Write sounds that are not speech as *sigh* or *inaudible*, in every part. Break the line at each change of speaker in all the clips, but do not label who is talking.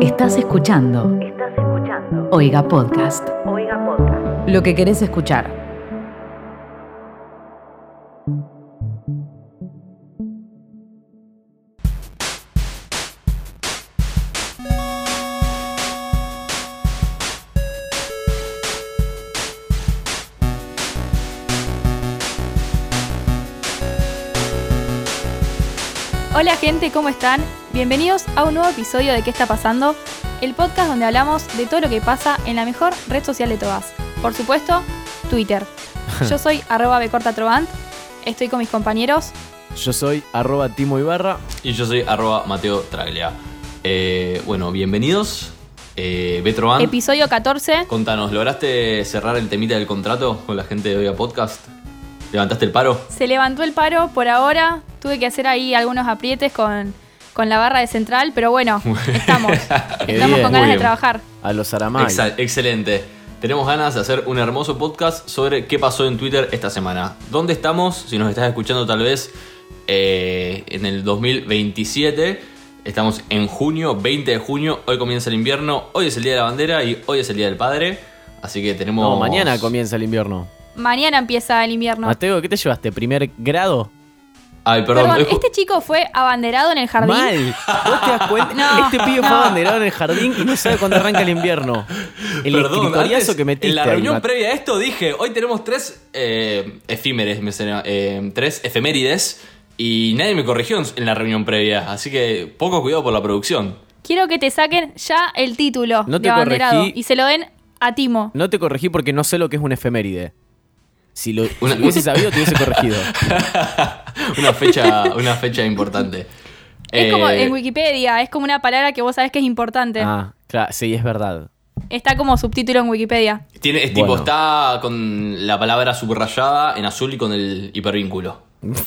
Estás escuchando. Estás escuchando. Oiga Podcast. Oiga Podcast. Lo que querés escuchar.
Hola gente, ¿cómo están? Bienvenidos a un nuevo episodio de ¿Qué está pasando? El podcast donde hablamos de todo lo que pasa en la mejor red social de todas. Por supuesto, Twitter.
*laughs*
Yo soy arroba becortatrovant, estoy con mis compañeros.
Yo soy arroba Timo Ibarra.
Y yo soy arroba Mateo Traglia. Eh, bueno, bienvenidos. Eh, Betroban,
Episodio 14.
contanos, ¿lograste cerrar el temita del contrato con la gente de Oiga Podcast? ¿Levantaste el paro?
Se levantó el paro por ahora, tuve que hacer ahí algunos aprietes con, con la barra de central, pero
*laughs*
bueno, estamos.
Qué
estamos con
bien, muy
ganas de
bien.
trabajar.
A los Aramay.
Exa- excelente. Tenemos ganas de hacer un hermoso podcast sobre qué pasó en Twitter esta semana. ¿Dónde estamos? Si nos estás escuchando tal vez eh, en el 2027. Estamos en junio, 20 de junio. Hoy comienza el invierno, hoy es el Día de la Bandera y hoy es el Día del Padre. Así que tenemos...
No, mañana comienza el invierno.
Mañana empieza el invierno.
Mateo, ¿qué te llevaste? ¿Primer grado?
Ay, perdón.
Perdón,
es ju-
este chico fue abanderado en el jardín.
Uh. Mal. ¿Vos te das
*laughs*
cuenta?
No,
este pibe fue
no.
abanderado en el jardín y no sabe cuándo arranca el invierno.
*laughs*
El escritoriazo
antes,
que metiste
En la
ahí,
reunión
Mat-
previa a esto dije, hoy tenemos tres eh, efímeres, me suena, eh, tres efemérides y nadie me corrigió en- en la reunión previa, así que poco cuidado por la producción. *laughs*
Quiero que te saquen ya el título
No te
de abanderado
corregí.
y se lo den a Timo.
No te corregí porque no sé lo que es un efeméride. Si lo, si
Una-
lo hubiese sabido, te hubiese
*laughs*
corregido.
Una fecha, una fecha importante.
*laughs* Es como
Eh,
en Wikipedia, es como una palabra que vos sabés que es importante.
Ah, claro, sí, es verdad. *laughs*
Está como subtítulo en Wikipedia.
Tiene, es
Bueno.
tipo, está con la palabra subrayada en azul y con el hipervínculo.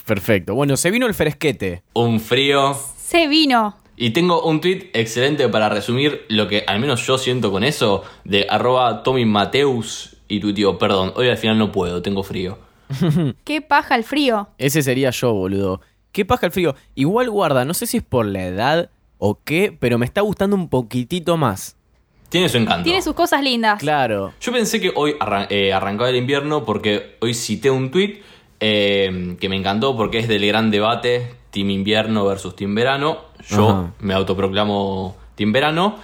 Perfecto. Bueno, se vino el fresquete.
Un frío.
Se vino.
Y tengo un tweet excelente para resumir lo que al menos yo siento con eso, de arroba Tommy Mateus y tu tío, perdón, hoy al final no puedo, tengo frío.
Mm.
Qué paja el frío.
Ese sería yo, boludo. Qué paja el frío. Igual guarda, no sé si es por la edad o qué, pero me está gustando un poquitito más.
Tiene su encanto.
Tiene sus cosas lindas.
Claro.
Yo pensé que hoy arran- eh, arrancaba el invierno porque hoy cité un tweet eh, que me encantó porque es del gran debate Team Invierno versus Team Verano. Yo
Ajá.
me autoproclamo Team Verano.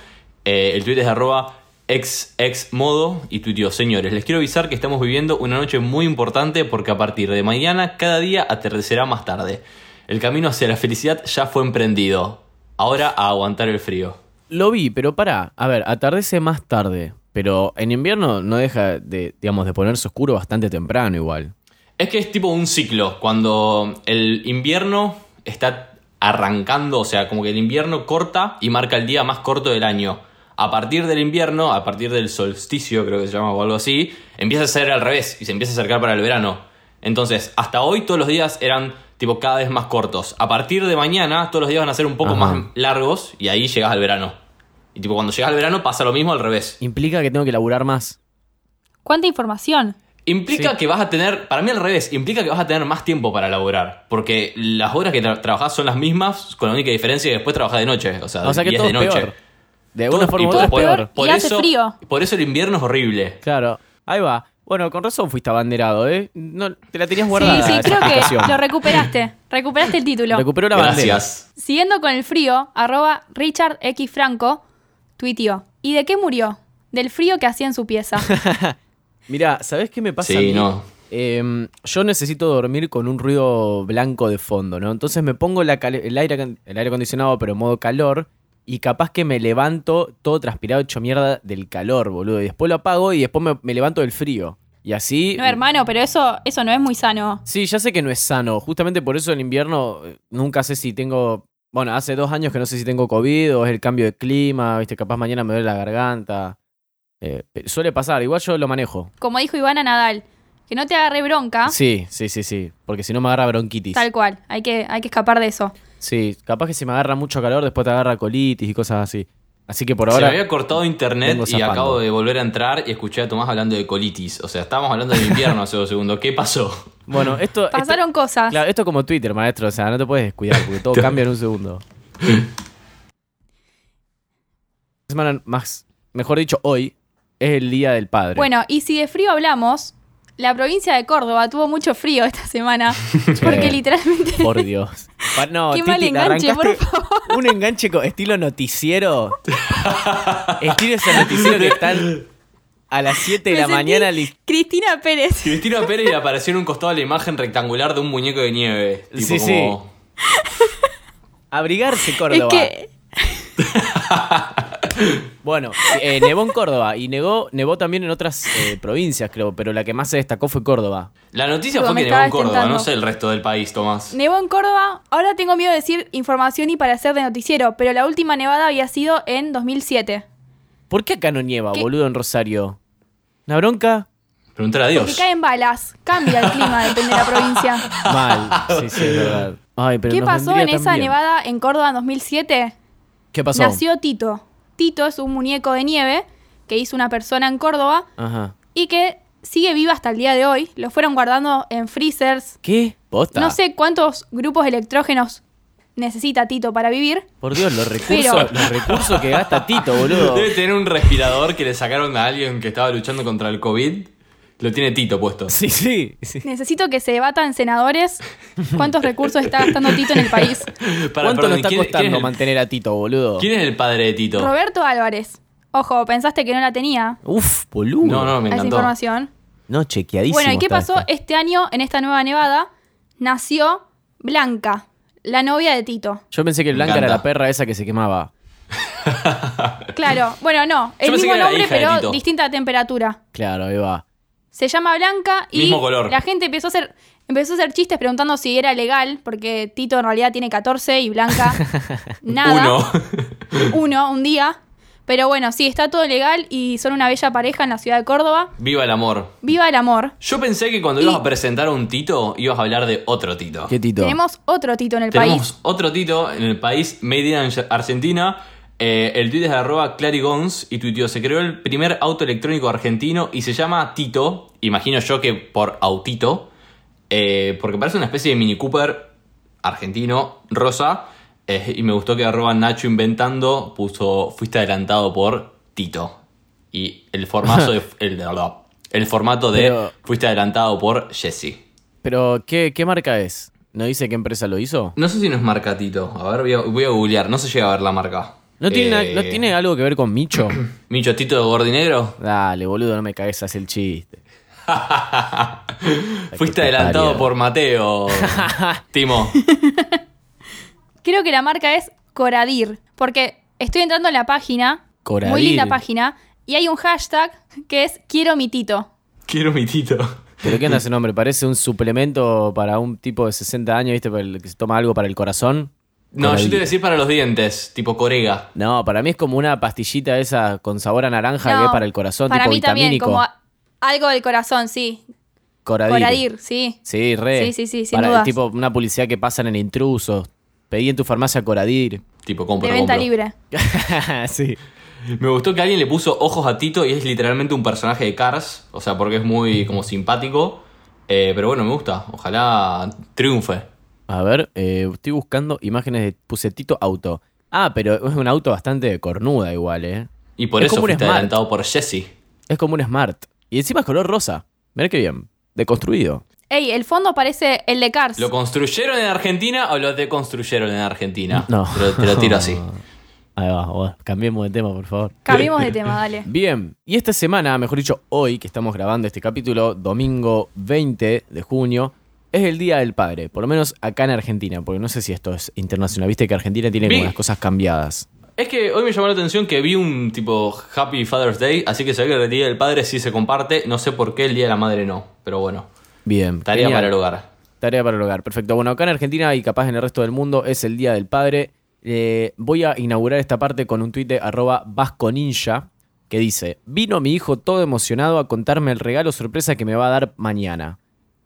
Eh, el tweet es de arroba xxmodo y tuiteo, señores, les quiero avisar que estamos viviendo una noche muy importante porque a partir de mañana cada día atardecerá más tarde. El camino hacia la felicidad ya fue emprendido. Ahora a aguantar el frío.
Lo vi, pero pará. A ver, atardece más tarde. Pero en invierno no deja de, digamos, de ponerse oscuro bastante temprano igual.
Es que es tipo un ciclo. Cuando el invierno está arrancando, o sea, como que el invierno corta y marca el día más corto del año. A partir del invierno, a partir del solsticio, creo que se llama o algo así, empieza a ser al revés y se empieza a acercar para el verano. Entonces, hasta hoy todos los días eran tipo cada vez más cortos. A partir de mañana, todos los días van a ser un poco
Ajá.
más largos y ahí llegas al verano. Y tipo, cuando llegas al verano pasa lo mismo al revés.
Implica que tengo que laburar más.
¿Cuánta información?
Implica
Sí.
que vas a tener, para mí al revés, implica que vas a tener más tiempo para laborar. Porque las horas que tra- trabajás son las mismas, con la única diferencia que después trabajás de noche. O sea,
O sea que
y es
todo
de
es
noche.
peor. De
Todo-
alguna forma
y
u
por-
otra es
todo es
peor.
peor. Y hace frío.
Por eso el invierno es horrible.
Claro. Ahí va. Bueno, con razón fuiste abanderado, ¿eh? No, te la tenías guardada.
sí, sí,
esa
creo
explicación.
que lo
*laughs*
recuperaste. Recuperaste el título.
Recuperó la bandera.
Gracias.
Siguiendo con el frío, arroba Richard X Franco tuiteó. ¿Y de qué murió? Del frío que hacía en su
*laughs*
pieza.
Mirá, ¿sabés qué me pasa?
Sí,
a mí?
no.
Em, yo necesito dormir con un ruido blanco de fondo, ¿no? Entonces me pongo la cale- el, aire, acon- el aire acondicionado, pero en modo calor, y capaz que me levanto todo transpirado, hecho mierda del calor, boludo. Y después lo apago y después me, me levanto del frío. Y así.
No, hermano, pero eso, eso no es muy sano.
Sí, ya sé que no es sano. Justamente por eso el invierno eh, nunca sé si tengo. Bueno, hace dos años que no sé si tengo COVID o es el cambio de clima, ¿viste? Capaz mañana me duele la garganta. Eh, eh, suele pasar, igual yo lo manejo.
Como dijo Ivana Nadal, que no te agarre bronca.
Sí, sí, sí, sí. Porque si no me agarra bronquitis.
Tal cual, hay que, hay que escapar de eso.
Sí, capaz que si me agarra mucho calor, después te agarra colitis y cosas así. Así que por
Se me
ahora.
había cortado internet
vengo
y
zafando.
acabo de volver a entrar y escuché a Tomás hablando de colitis. O sea, estábamos hablando de *laughs* invierno hace dos segundos. ¿Qué pasó?
Bueno, esto. esto-
Pasaron cosas.
claro, esto es como Twitter, maestro. O sea, no te puedes descuidar porque todo cambia en un segundo. semana más, mejor dicho, hoy, es el Día del Padre.
Bueno, y si de frío hablamos, la provincia de Córdoba tuvo mucho frío esta
*laughs*
semana. Porque literalmente.
*laughs* Por Dios. Pa-
*laughs*
No,
Qué
Titi,
mal enganche, por
arrancaste Un enganche con estilo noticiero. estilo ese noticiero que están a las 7 de
me
la
sentí
mañana li-
*laughs* Cristina Pérez.
Cristina Pérez le apareció en un costado la imagen rectangular de un muñeco de nieve. Tipo
Sí, sí.
como-
abrigarse
Es
Córdoba.
que.
Bueno, eh, nevó en Córdoba y negó, nevó también en otras eh, provincias, creo, pero la que más se destacó fue Córdoba.
La noticia
Tipo,
fue
me
que nevó en
estaba
Córdoba,
tentando.
no sé el resto del país, Tomás.
Nevó en Córdoba. Ahora tengo miedo de decir información y para hacer de noticiero, pero la última nevada había sido en 2007.
¿Por qué acá no nieva,
¿Qué?
boludo, en Rosario? ¿Una bronca?
Preguntar a
Porque
Dios.
caen balas. Cambia el clima, depende de la
*laughs*
provincia.
Mal. Sí,
*laughs*
sí, es verdad. Ay, pero
¿Qué
nos
pasó en
vendría
esa
tan bien.
nevada en Córdoba en 2007?
¿Qué pasó?
Nació Tito. Tito es un muñeco de nieve que hizo una persona en Córdoba
Ajá.
y que sigue viva hasta el día de hoy. Lo fueron guardando en freezers.
¿Qué? ¿Posta?
No sé cuántos grupos electrógenos necesita Tito para vivir.
Por Dios, los recursos,
Pero-
los recursos que gasta Tito,
*laughs*
boludo.
Debe tener un respirador que le sacaron a alguien que estaba luchando contra el COVID. Lo tiene Tito puesto. *laughs*
Sí, sí, sí.
Necesito que se debatan senadores cuántos recursos está gastando Tito en el país.
Para,
¿Cuánto nos
perdón,
está
¿quién- quién
costando
es el-
mantener a Tito, boludo?
¿Quién es el padre de Tito?
Roberto Álvarez. Ojo, pensaste que no la tenía
Uf, boludo.
No, no, me
a esa
encantó.
información.
No, chequeadísimo.
Bueno, ¿y qué
está
pasó
esto.
este año en esta nueva nevada? Nació Blanca, la novia de Tito.
Yo pensé que
Me
Blanca era
encanta.
la perra esa que se quemaba.
Claro, bueno, no, el
Yo pensé que
mismo
era la
nombre
hija de
pero
Tito.
distinta temperatura.
Claro, ahí va.
Se llama Blanca y
Mismo color.
la gente empezó a hacer empezó a hacer chistes preguntando si era legal porque Tito en realidad tiene 14 y
*laughs*
Blanca nada.
Uno. *laughs*
Uno, un día. Pero bueno, sí, está todo legal y son una bella pareja en la ciudad de Córdoba.
Viva el amor.
Viva el amor.
Yo pensé que cuando
Y-
ibas a presentar a un Tito, ibas a hablar de otro Tito.
¿Qué Tito?
Tenemos otro Tito en el
Tenemos
país.
otro Tito en el país, Made in Argentina. Eh, el tweet es de arroba Clarigons y tuiteó, se creó el primer auto electrónico argentino y se llama Tito, imagino yo que por autito, eh, porque parece una especie de Mini Cooper argentino, rosa, eh, y me gustó que arroba Nacho inventando puso, fuiste adelantado por Tito. Y
*laughs*
el formato de, el, el formato de
Pero-
fuiste adelantado por Jesse.
Pero, ¿qué, ¿qué marca es? ¿No dice qué empresa lo hizo?
No sé si no es marca Tito. A ver, voy a, voy a googlear. No se llega a ver la marca.
¿No tiene,
Eh,
na- ¿No tiene algo que ver con Micho? *clears throat*
Micho Tito de
*laughs*
Gordinegro.
Dale, boludo, no me cagues, haz el chiste.
Fuiste
que te
adelantado
parió.
por
*laughs*
Mateo. Timo.
Creo que la marca es Coradir, porque estoy entrando en la página, muy
Coradir.
linda página, y hay un hashtag que es quiero mi Tito.
Quiero mi Tito.
¿Pero qué onda ese nombre? Parece un suplemento para un tipo de 60 años, ¿viste? Para el que se toma algo para el corazón.
No, yo te
Corabil.
voy a decir para los dientes. Tipo Corega.
No, para mí es como una pastillita esa con sabor a naranja que
No,
es para el corazón,
para
tipo
mí también,
vitamínico.
como a- algo del corazón, sí.
Coradir.
Coradir, sí.
Sí, re.
Sí, sí, sí, sin
Para-
dudas.
Tipo una publicidad que pasan en intrusos. Pedí en tu farmacia Coradir. *laughs*
Tipo
De
compro,
venta
compro.
libre.
sí.
Me gustó que alguien le puso ojos a Tito y es literalmente un personaje de Cars. O sea, porque es muy como simpático. Eh, pero bueno, me gusta. Ojalá triunfe.
A ver, eh, estoy buscando imágenes de puse Tito Auto. Ah, pero es un auto bastante cornuda igual, ¿eh?
Y por
Es
eso
como un
fuiste
Smart.
adelantado por Jesse.
Es como un Smart. Y encima es color rosa. Mirá qué bien. Deconstruido.
Ey, el fondo parece el de Cars.
¿Lo construyeron en Argentina o lo deconstruyeron en Argentina?
No.
Te lo, te lo
*laughs*
tiro así.
Ahí va, bueno, cambiemos de tema, por favor.
Cambiemos de tema,
*laughs*
dale.
Bien, y esta semana, mejor dicho, hoy que estamos grabando este capítulo, domingo 20 de junio, es el Día del Padre, por lo menos acá en Argentina, porque no sé si esto es internacional, viste que Argentina tiene como
Vi.
las cosas cambiadas.
Es que hoy me llamó la atención que vi un tipo Happy Father's Day, así que se ve que el Día del Padre sí se comparte. No sé por qué el Día de la Madre no, pero bueno.
Bien,
Tarea
genial.
para el hogar.
Tarea para el hogar, perfecto. Bueno, acá en Argentina y capaz en el resto del mundo es el Día del Padre. Eh, voy a inaugurar esta parte con un tuit de arroba vasconinja que dice, vino mi hijo todo emocionado a contarme el regalo sorpresa que me va a dar mañana.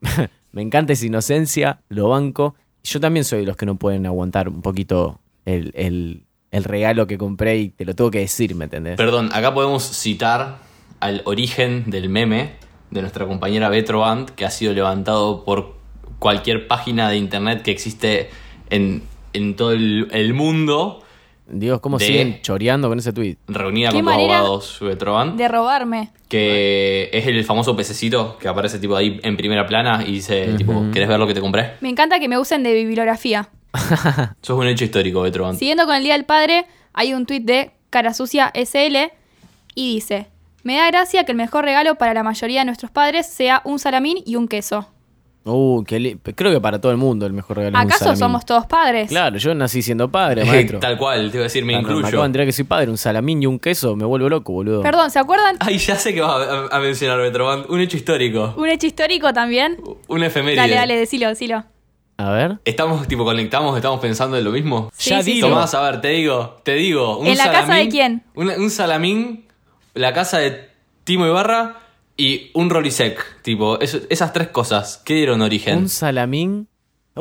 *laughs* me encanta esa inocencia, lo banco. Yo también soy de los que no pueden aguantar un poquito el, el- el regalo que compré y te lo tengo que decir, ¿me entendés?
Perdón, acá podemos citar al origen del meme de nuestra compañera Betro Band, que ha sido levantado por cualquier página de internet que existe en, en todo el, el mundo,
Dios, ¿cómo
De-
siguen choreando con ese tweet?
Reunida
¿Qué
con tus
manera
abogados, Betroban.
De robarme.
Que es el famoso pececito que aparece tipo ahí en primera plana y dice, tipo, ¿querés ver lo que te compré?
Me encanta que me usen de bibliografía.
Eso es un hecho histórico, Betroban. *laughs*
Siguiendo con el Día del Padre, hay un tuit de Cara Sucia SL y dice: Me da gracia que el mejor regalo para la mayoría de nuestros padres sea un salamín y un queso.
Uh, qué li- creo que para todo el mundo el mejor regalo. es un
¿Acaso
salamín.
somos todos padres?
Claro, yo nací siendo
*laughs*
padre, maestro.
Tal cual, te iba a decir, me
Claro, Me acabo
incluyo.
de enterar que soy padre, un salamín y un queso, me vuelvo loco, boludo.
Perdón, ¿se acuerdan? *laughs*
Ay, ya sé que vas a, a- a mencionar, Betroban. Un hecho histórico.
Un hecho histórico también.
Un efeméride.
Dale, dale, decilo, decilo.
A ver.
Estamos, tipo, conectamos, estamos pensando en lo mismo.
Sí, Ya sí, dilo.
Tomás, a ver, te digo, te digo. Un
¿En la casa de
salamín-
quién?
Un, un salamín, la casa de Timo Ibarra y un rolisec. Tipo, eso- esas tres cosas. ¿Qué dieron origen?
Un salamín.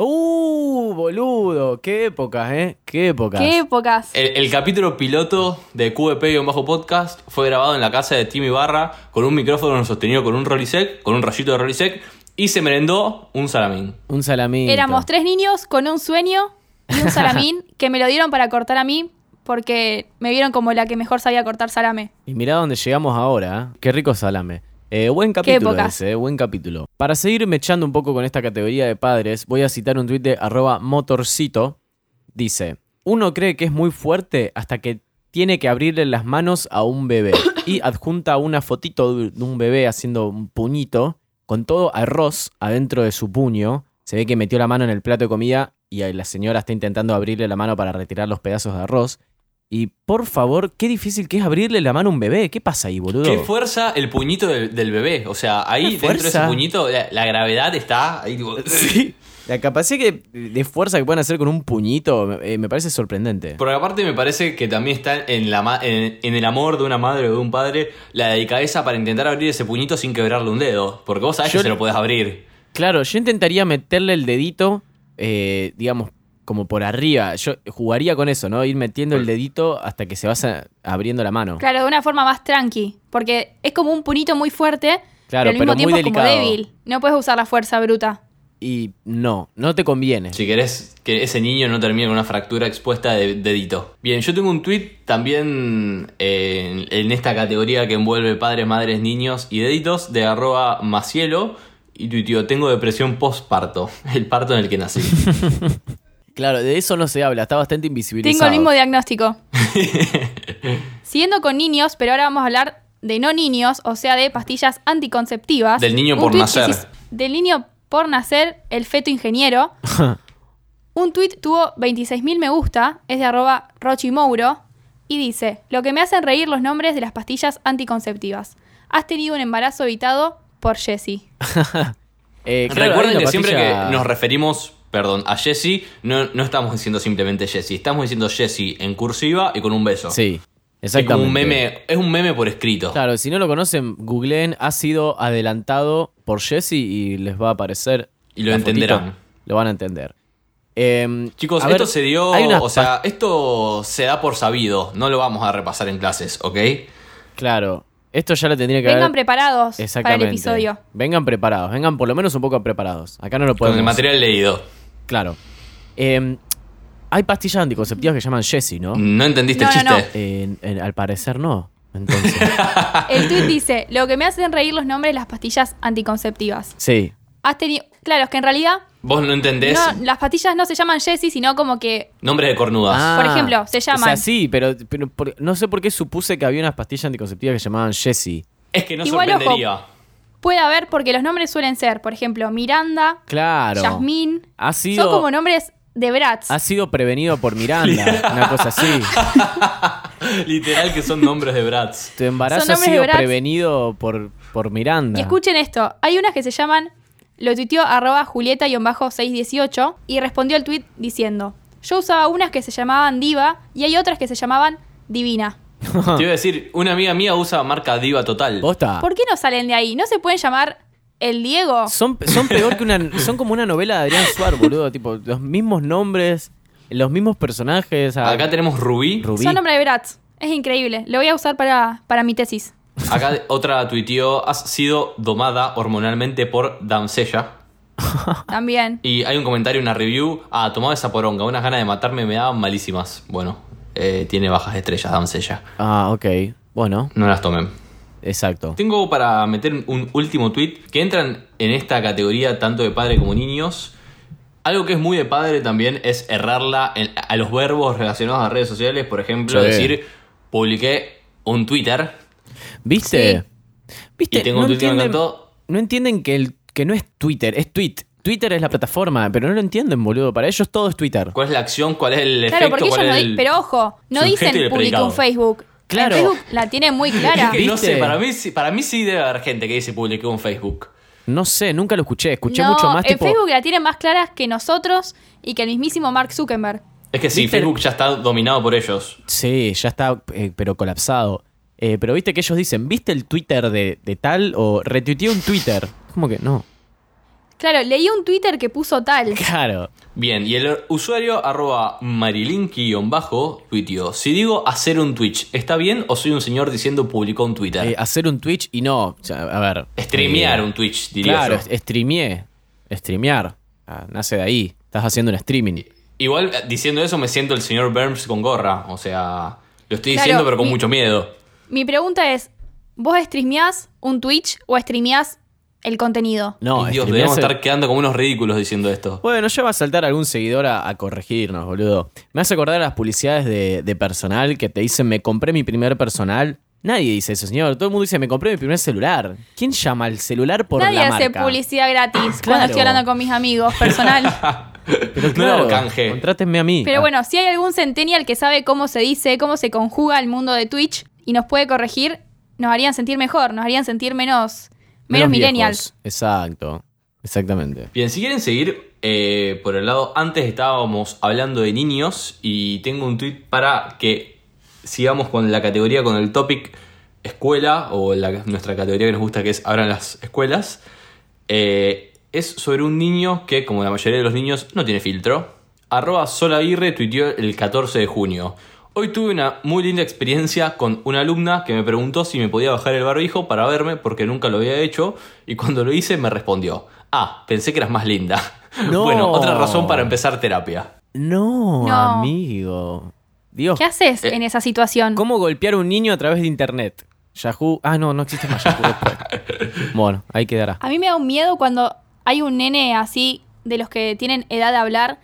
Uh, boludo, qué épocas, ¿eh? Qué épocas.
¿Qué épocas?
El, el capítulo piloto de QVP y un bajo podcast fue grabado en la casa de Timo Ibarra con un micrófono sostenido con un rolisec, con un rollito de rolisec y se merendó un salamín.
Un salamín.
Éramos tres niños con un sueño y un
*laughs*
salamín que me lo dieron para cortar a mí porque me vieron como la que mejor sabía cortar salame.
Y mirá dónde llegamos ahora, ¿eh? Qué rico salame. Eh, buen capítulo
épocas.
ese, eh, buen capítulo. Para seguir mechando un poco con esta categoría de padres, voy a citar un tuit de arroba motorcito. Dice, uno cree que es muy fuerte hasta que tiene que abrirle las manos a un bebé. Y adjunta una fotito de de un bebé haciendo un puñito con todo arroz adentro de su puño. Se ve que metió la mano en el plato de comida y ahí la señora está intentando abrirle la mano para retirar los pedazos de arroz. Y por favor, qué difícil que es abrirle la mano a un bebé. ¿Qué pasa ahí, boludo?
Qué fuerza el puñito del, del bebé. O sea, ahí
Una
dentro de ese
fuerza.
puñito la, la gravedad está ahí tipo.
*laughs* Sí. La capacidad que- de fuerza que pueden hacer con un puñito eh, me parece sorprendente.
Porque aparte me parece que también está en, la ma- en, en el amor de una madre o de un padre la delicadeza para intentar abrir ese puñito sin quebrarle un dedo. Porque vos sabés
Yo-
que se lo podés abrir.
Claro, yo intentaría meterle el dedito, eh, digamos, como por arriba. Yo jugaría con eso, ¿no? Ir metiendo el dedito hasta que se vaya abriendo la mano.
Claro, de una forma más tranqui, porque es como un punito muy fuerte,
Claro,
pero al mismo
pero
tiempo
muy
es como
delicado.
débil. No puedes usar la fuerza bruta.
Y no, no te conviene.
Si querés que ese niño no termine con una fractura expuesta de dedito. Bien, yo tengo un tweet también eh, en, en esta categoría que envuelve padres, madres, niños y deditos de arroba macielo. Y tuiteo, tengo depresión postparto, *laughs* el parto en el que nací.
Claro, de eso no se habla, está bastante invisibilizado.
Tengo el mismo
*laughs*
diagnóstico. Siguiendo con niños, pero ahora vamos a hablar de no niños, o sea, de pastillas anticonceptivas.
Del niño
Un
por
tuit que
nacer.
se- Del niño por nacer, el feto
*laughs*
ingeniero. Un tuit tuvo 26.000 me gusta, es de arroba rochimouro, y dice, lo que me hacen reír los nombres de las pastillas anticonceptivas. Has tenido un embarazo evitado por Jessie.
Eh, claro, hay
Recuerden
una
que siempre que
pastilla-
nos referimos, perdón, a Jesse, no, no estamos diciendo simplemente Jesse, estamos diciendo Jesse en cursiva y con un beso.
Sí,
Es como
exactamente.
un meme, es un meme por escrito.
Claro, si no lo conocen, googleen, ha sido adelantado por Jesse y les va a aparecer.
Y lo
la fotito.
entenderán.
Lo van a entender. Em,
Chicos,
a
esto
ver,
se dio,
hay unas
o sea, esto se da por sabido, no lo vamos a repasar en clases, ¿ok?
pas- Claro, esto ya lo tendría que
Vengan
haber-
preparados para el
Exactamente.
*laughs*
episodio.
Vengan preparados, vengan por lo menos un poco preparados. Acá no lo
Con
podemos.
el material leído.
Claro. Em, hay pastillas anticonceptivas que llaman Jesse, ¿no?
No entendiste
No,
el
no,
chiste.
En- en- al parecer no. Entonces,
*laughs*
El tuit dice, lo que me hacen reír los nombres de las pastillas anticonceptivas.
sí.
Has tenido... Claro, es que en realidad
Vos no entendés
no, las pastillas no se llaman Jessie, sino como que...
nombres de cornudas.
Ah.
Por ejemplo, se
O sea,
llaman-
sí, pero, pero por- no sé por qué supuse que había unas pastillas anticonceptivas que llamaban Jesse.
es que no
igual, ojo.
sorprendería. *laughs*
Puede haber, porque los nombres suelen ser, por ejemplo, Miranda,
Claro.
Jasmine.
Ha sido-
Son como nombres de Bratz.
Ha sido prevenido por
*laughs*
Miranda, una cosa así.
Literal que son nombres de
*laughs*
brats.
Tu embarazo
Son
ha
nombres
sido
de Bratz.
prevenido por, por Miranda.
Y escuchen esto, hay unas que se llaman, lo tuiteó arroba julieta-618 y respondió al tweet diciendo, yo usaba unas que se llamaban diva y hay otras que se llamaban divina.
Te iba a decir, una amiga mía usa marca diva total.
Posta.
¿Por qué no salen de ahí? ¿No se pueden llamar el Diego?
Son, son peor que una. Son como una novela de Adrián Suar, boludo. Tipo, los mismos nombres, los mismos personajes. a-
Acá tenemos Rubí.
Rubí.
Son nombres de Bratz. Es increíble. Lo voy a usar para, para mi tesis.
Acá otra tuiteó, has sido domada hormonalmente por Damsella.
También.
Y hay un comentario, una review. Ah, tomaba esa poronga, unas ganas de matarme me daban malísimas. Bueno, eh, tiene bajas estrellas, doncella.
Ah, ok. Bueno,
No las tomen.
exacto.
Tengo para meter un último tweet que entran en esta categoría tanto de padre como niños. Algo que es muy de padre también es errarla en- a los verbos relacionados a redes sociales. Por ejemplo,
Sí.
decir, publiqué un Twitter
¿Viste? ¿Viste?
y tengo un tweet que me encantó.
no entienden que, el, que no es Twitter, es tweet. Twitter es la plataforma, pero no lo entienden, boludo. Para ellos todo es Twitter.
¿Cuál es la acción? ¿Cuál es el
Claro,
efecto?
porque ellos
¿Cuál
no
es
dicen.
el...
Pero ojo, no
sujeto y el
dicen publicó
predicado?
un Facebook.
Claro.
En Facebook la tiene muy clara.
Que no
¿Viste?
sé, para mí, sí- para mí sí debe haber gente que dice publiqué un Facebook.
No sé, nunca lo escuché. *laughs* Escuché
No,
mucho más
En
tipo.
Facebook la tienen más claras que nosotros y que el mismísimo Mark Zuckerberg.
Es que sí,
¿Viste?
Facebook ya está dominado por ellos.
Sí, ya está, eh, pero colapsado. Eh, pero viste que ellos dicen, ¿viste el Twitter de, de tal? O retuiteé un Twitter. Como que no.
Claro, leí un Twitter que puso tal.
Claro.
Bien, y el usuario arroba marilyn-bajo tuiteó. Si digo hacer un Twitch, ¿está bien o soy un señor diciendo publicó un Twitter?
Eh, hacer un Twitch y no. o sea, a ver.
Streamear
eh,
un Twitch, diría
Claro,
yo.
es- streameé. Streamear. Ah, nace de ahí. Estás haciendo un streaming.
Igual eh, diciendo eso me siento el señor Burns con gorra. O sea, lo estoy
Claro,
diciendo pero con
mi-
mucho miedo.
Mi pregunta es: ¿vos streameás un Twitch o streameás el contenido?
No,
Ay,
streameás
Dios, deberíamos
el-
estar quedando como unos ridículos diciendo esto.
Bueno, ya va a saltar algún seguidor a, a corregirnos, boludo. Me hace acordar a las publicidades de, de personal que te dicen, me compré mi primer personal. Nadie dice eso, señor. Todo el mundo dice, me compré mi primer celular. ¿Quién llama al celular por
Nadie
la
hace
marca?
publicidad gratis
Claro.
cuando estoy hablando con mis amigos
*laughs*
personal.
Pero
No,
claro,
canje.
Contrátenme a mí.
Pero bueno, si hay algún centennial que sabe cómo se dice, cómo se conjuga el mundo de Twitch y nos puede corregir, nos harían sentir mejor, nos harían sentir menos, menos,
Menos viejos.
millennials.
Exacto. Exactamente.
Bien, si quieren seguir eh, por el lado, antes estábamos hablando de niños y tengo un tweet para que sigamos con la categoría, con el topic escuela o la- nuestra categoría que nos gusta que es ahora en las escuelas. Eh, es sobre un niño que, como la mayoría de los niños, no tiene filtro. Arroba Solaguirre tuiteó el 14 de junio. Hoy tuve una muy linda experiencia con una alumna que me preguntó si me podía bajar el barbijo para verme porque nunca lo había hecho y cuando lo hice me respondió, ah, pensé que eras más linda.
*laughs* No.
Bueno, otra razón para empezar terapia. *laughs*
No,
No.
amigo. Dios.
¿Qué haces en esa situación?
Eh, ¿Cómo golpear a un niño a través de internet? Yahoo. Ah, no, no existe más Yahoo.
*laughs*
después. bueno, ahí quedará.
A mí me da un miedo cuando hay un nene así, de los que tienen edad de hablar,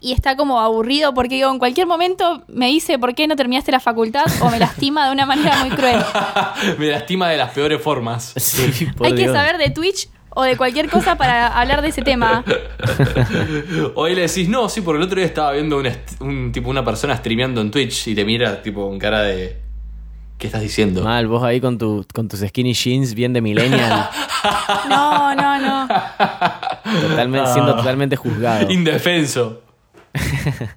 y está como aburrido porque digo, en cualquier momento me dice por qué no terminaste la facultad o me lastima de una manera muy cruel.
me lastima de las peores formas.
*laughs* Sí, *laughs* por
Ah, hay que
Dios.
saber de Twitch o de cualquier cosa para hablar de ese tema.
Hoy le decís, no, sí, por el otro día estaba viendo un, est- un tipo, una persona streameando en Twitch y te mira tipo con cara de. ¿Qué estás diciendo?
Mal, vos ahí con, tu- con tus skinny jeans bien de
*laughs*
millennial,
No, no, no.
totalmente, siendo
Ah.
totalmente juzgado.
Indefenso.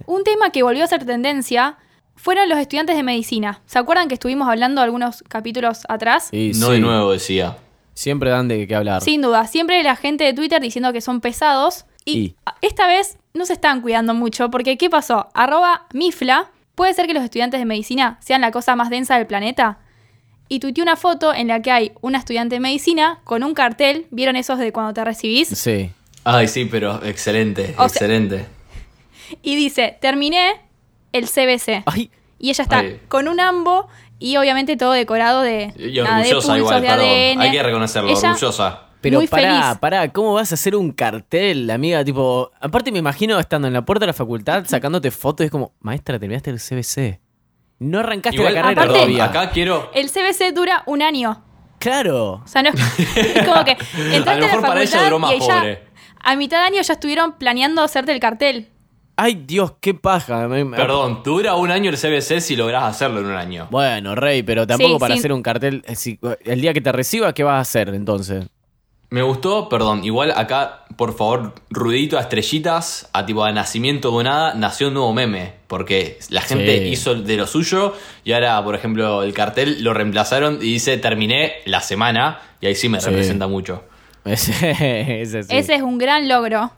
Un tema que volvió a ser tendencia fueron los estudiantes de medicina. ¿Se acuerdan que estuvimos hablando algunos capítulos atrás?
Y
no
sí,
de nuevo decía.
Siempre dan de qué hablar.
Sin duda, siempre la gente de Twitter diciendo que son pesados. Y,
Y.
esta vez no se están cuidando mucho, porque ¿qué pasó? Arroba Mifla, puede ser que los estudiantes de medicina sean la cosa más densa del planeta. Y tuiteé una foto en la que hay una estudiante de medicina con un cartel, ¿vieron esos de cuando te recibís?
Sí.
Ay, sí, pero excelente,
O sea-
excelente.
Y dice, terminé el CBC.
Ay,
Y ella está
Ay.
con un ambo y obviamente todo decorado de,
Y
nada, de
orgullosa
pulsos,
igual,
de
perdón.
ADN.
Hay que reconocerlo,
Ella-
orgullosa.
pero
Muy
pará,
feliz.
pará, ¿cómo vas a hacer un cartel, amiga? Tipo, aparte me imagino estando en la puerta de la facultad sacándote fotos y es como, maestra, terminaste el CBC. No arrancaste
Igual,
la carrera
aparte-
perdón,
todavía.
acá quiero.
El CBC dura un año.
Claro.
O sea, no es,
*laughs*
es como que entraste
A lo mejor
a la
para ella
facultad
duró más,
y ella-
pobre.
a mitad de año ya estuvieron planeando hacerte el cartel.
Ay, Dios, qué paja. Me- me-
Perdón, dura un año el CBC si lográs hacerlo en un año.
Bueno, Rey, pero tampoco
Sí,
para
sí.
hacer un cartel. eh, si- el día que te reciba, ¿qué vas a hacer entonces? *laughs*
Me gustó, perdón, igual acá, por favor, rudito a estrellitas, a tipo de nacimiento o nada, nació un nuevo meme, porque la gente
Sí.
hizo de lo suyo y ahora, por ejemplo, el cartel lo reemplazaron y dice terminé la semana y ahí sí me
Sí.
representa mucho.
Ese, ese sí.
Ese es un gran logro.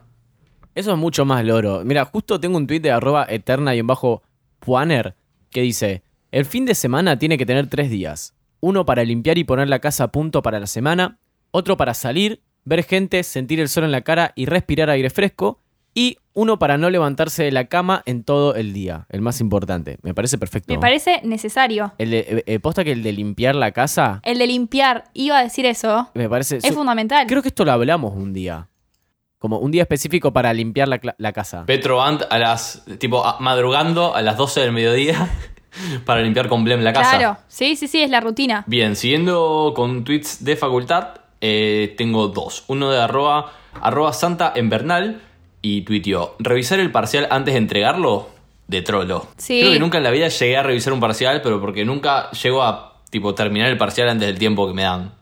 Eso es mucho más loro. Mira, justo tengo un tuit de arroba eterna y en bajo Puaner que dice: El fin de semana tiene que tener tres días. Uno para limpiar y poner la casa a punto para la semana, otro para salir, ver gente, sentir el sol en la cara y respirar aire fresco, Y uno para no levantarse de la cama en todo el día, el más importante. Me parece perfecto.
Me parece necesario.
El de- eh, eh, posta que el de limpiar la casa,
El de limpiar, iba a decir eso,
me parece...
es
su-
fundamental.
Creo que esto lo hablamos un día. Como un día específico para limpiar la, cla- la casa.
Petro Ant a las. tipo, a- madrugando a las 12 del mediodía *laughs* para limpiar con Blem la casa.
Claro, sí, sí, sí, es la rutina.
Bien, siguiendo con tweets de facultad, eh, tengo dos. Uno de arroba, arroba Santa Invernal y tuiteó, ¿revisar el parcial antes de entregarlo? De trolo.
Sí.
Creo que nunca en la vida llegué a revisar un parcial, pero porque nunca llego a tipo terminar el parcial antes del tiempo que me dan.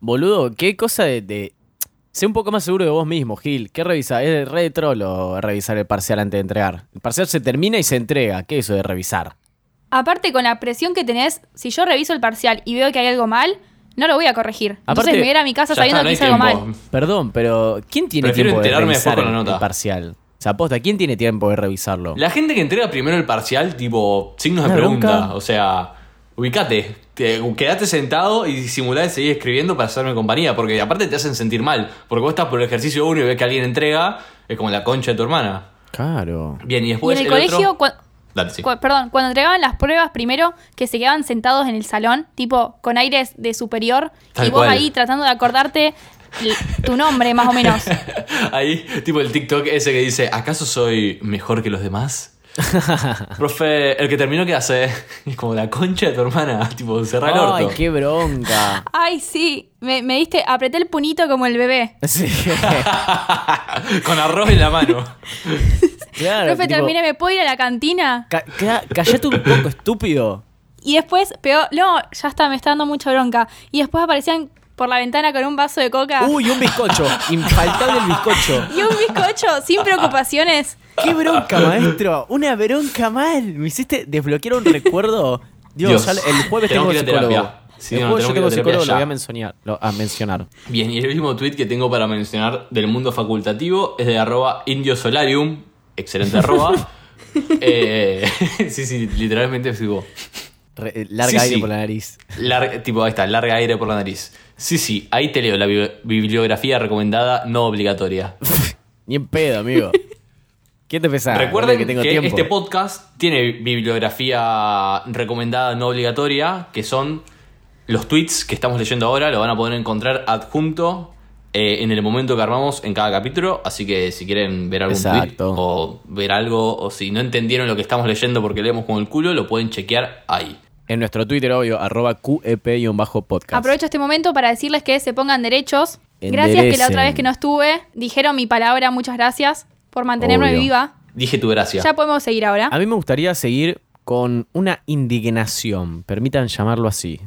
Boludo, qué cosa de, de- Sé un poco más seguro de vos mismo, Gil. ¿Qué revisa? Es re de trolo revisar el parcial antes de entregar. El parcial se termina y se entrega. ¿Qué es eso de revisar?
Aparte, con la presión que tenés, si yo reviso el parcial y veo que hay algo mal, no lo voy a corregir.
Aparte,
Entonces me voy a ir a mi casa
Ya está,
sabiendo
no
que
hay
hice algo
tiempo.
mal.
Perdón, pero ¿quién tiene
Prefiero
tiempo de
enterarme después
revisar
con la
el,
nota.
el parcial? O sea, aposta, ¿quién tiene tiempo de revisarlo?
La gente que entrega primero el parcial, tipo, signos de
Una
pregunta.
bronca.
O sea, ubicate. Te- quedate sentado y simulá de seguir escribiendo para hacerme compañía. Porque aparte te hacen sentir mal. Porque vos estás por el ejercicio uno y ves que alguien entrega. Es como la concha de tu hermana.
Claro.
Bien, y
Y
después.
en el,
Pues otro-
colegio, cua-
Dale, sí.
cua- perdón, cuando entregaban las pruebas primero, que se quedaban sentados en el salón, tipo con aires de superior,
Tal
y vos
cual.
ahí tratando de acordarte l- tu nombre, más o
*laughs*
menos.
*laughs* Ahí, tipo el TikTok ese que dice: ¿Acaso soy mejor que
*laughs*
los demás? Profe, el que terminó, ¿qué hace? *laughs* Es como la concha de tu hermana. *laughs* Tipo, cerrá el
Ay,
orto.
qué bronca. *laughs*
Ay, sí, me, me diste, apreté el punito como el bebé.
*laughs*
Sí,
*laughs* Con arroz en la mano.
claro.
Profe,
tipo,
termine, ¿me puedo ir a la cantina?
ca- ca- callate un poco, estúpido.
Y después, peor, no, ya está, me está dando mucha bronca. Y después aparecían por la ventana con un vaso de coca
Uy, un bizcocho. Infaltable el bizcocho.
y un bizcocho, sin preocupaciones.
*laughs*
¡Qué bronca, maestro! ¡Una bronca mal! Me hiciste desbloquear un recuerdo.
*laughs*
Dios,
Dios.
ya el jueves
Tenemos
tengo
que ir a
psicólogo.
terapia. Sí,
el
no,
jueves yo
tenemos que ir
tengo psicólogo,
a terapia
lo
ya.
voy a mencionar. lo- a mencionar.
Bien, y el último tweet que tengo para mencionar del mundo facultativo es de arroba indiosolarium, excelente arroba. Eh, *laughs* sí, sí, literalmente sigo.
Re- eh, larga
Sí,
aire
sí.
por la nariz.
Lar- tipo, ahí está, larga aire por la nariz. Sí, sí, ahí te leo la bi- bibliografía recomendada, no obligatoria.
Ni en pedo, amigo.
*laughs*
¿Quién te pensás?
Recuerden
Boludo,
que,
tiempo.
este podcast tiene bibliografía recomendada no obligatoria, que son los tweets que estamos leyendo ahora, lo van a poder encontrar adjunto eh, en el momento que armamos en cada capítulo, así que si quieren ver algún tweet
Exacto.
o ver algo, o si no entendieron lo que estamos leyendo porque leemos con el culo, lo pueden chequear ahí.
En nuestro Twitter, obvio, arroba E QEP-podcast.
Aprovecho este momento para decirles que se pongan derechos. Gracias que la
Enderecen.
otra vez que no estuve, dijeron mi palabra, muchas gracias por mantenerme
Obvio.
viva.
Dije tu gracia.
Ya podemos seguir ahora.
A mí me gustaría seguir con una indignación, permitan llamarlo así.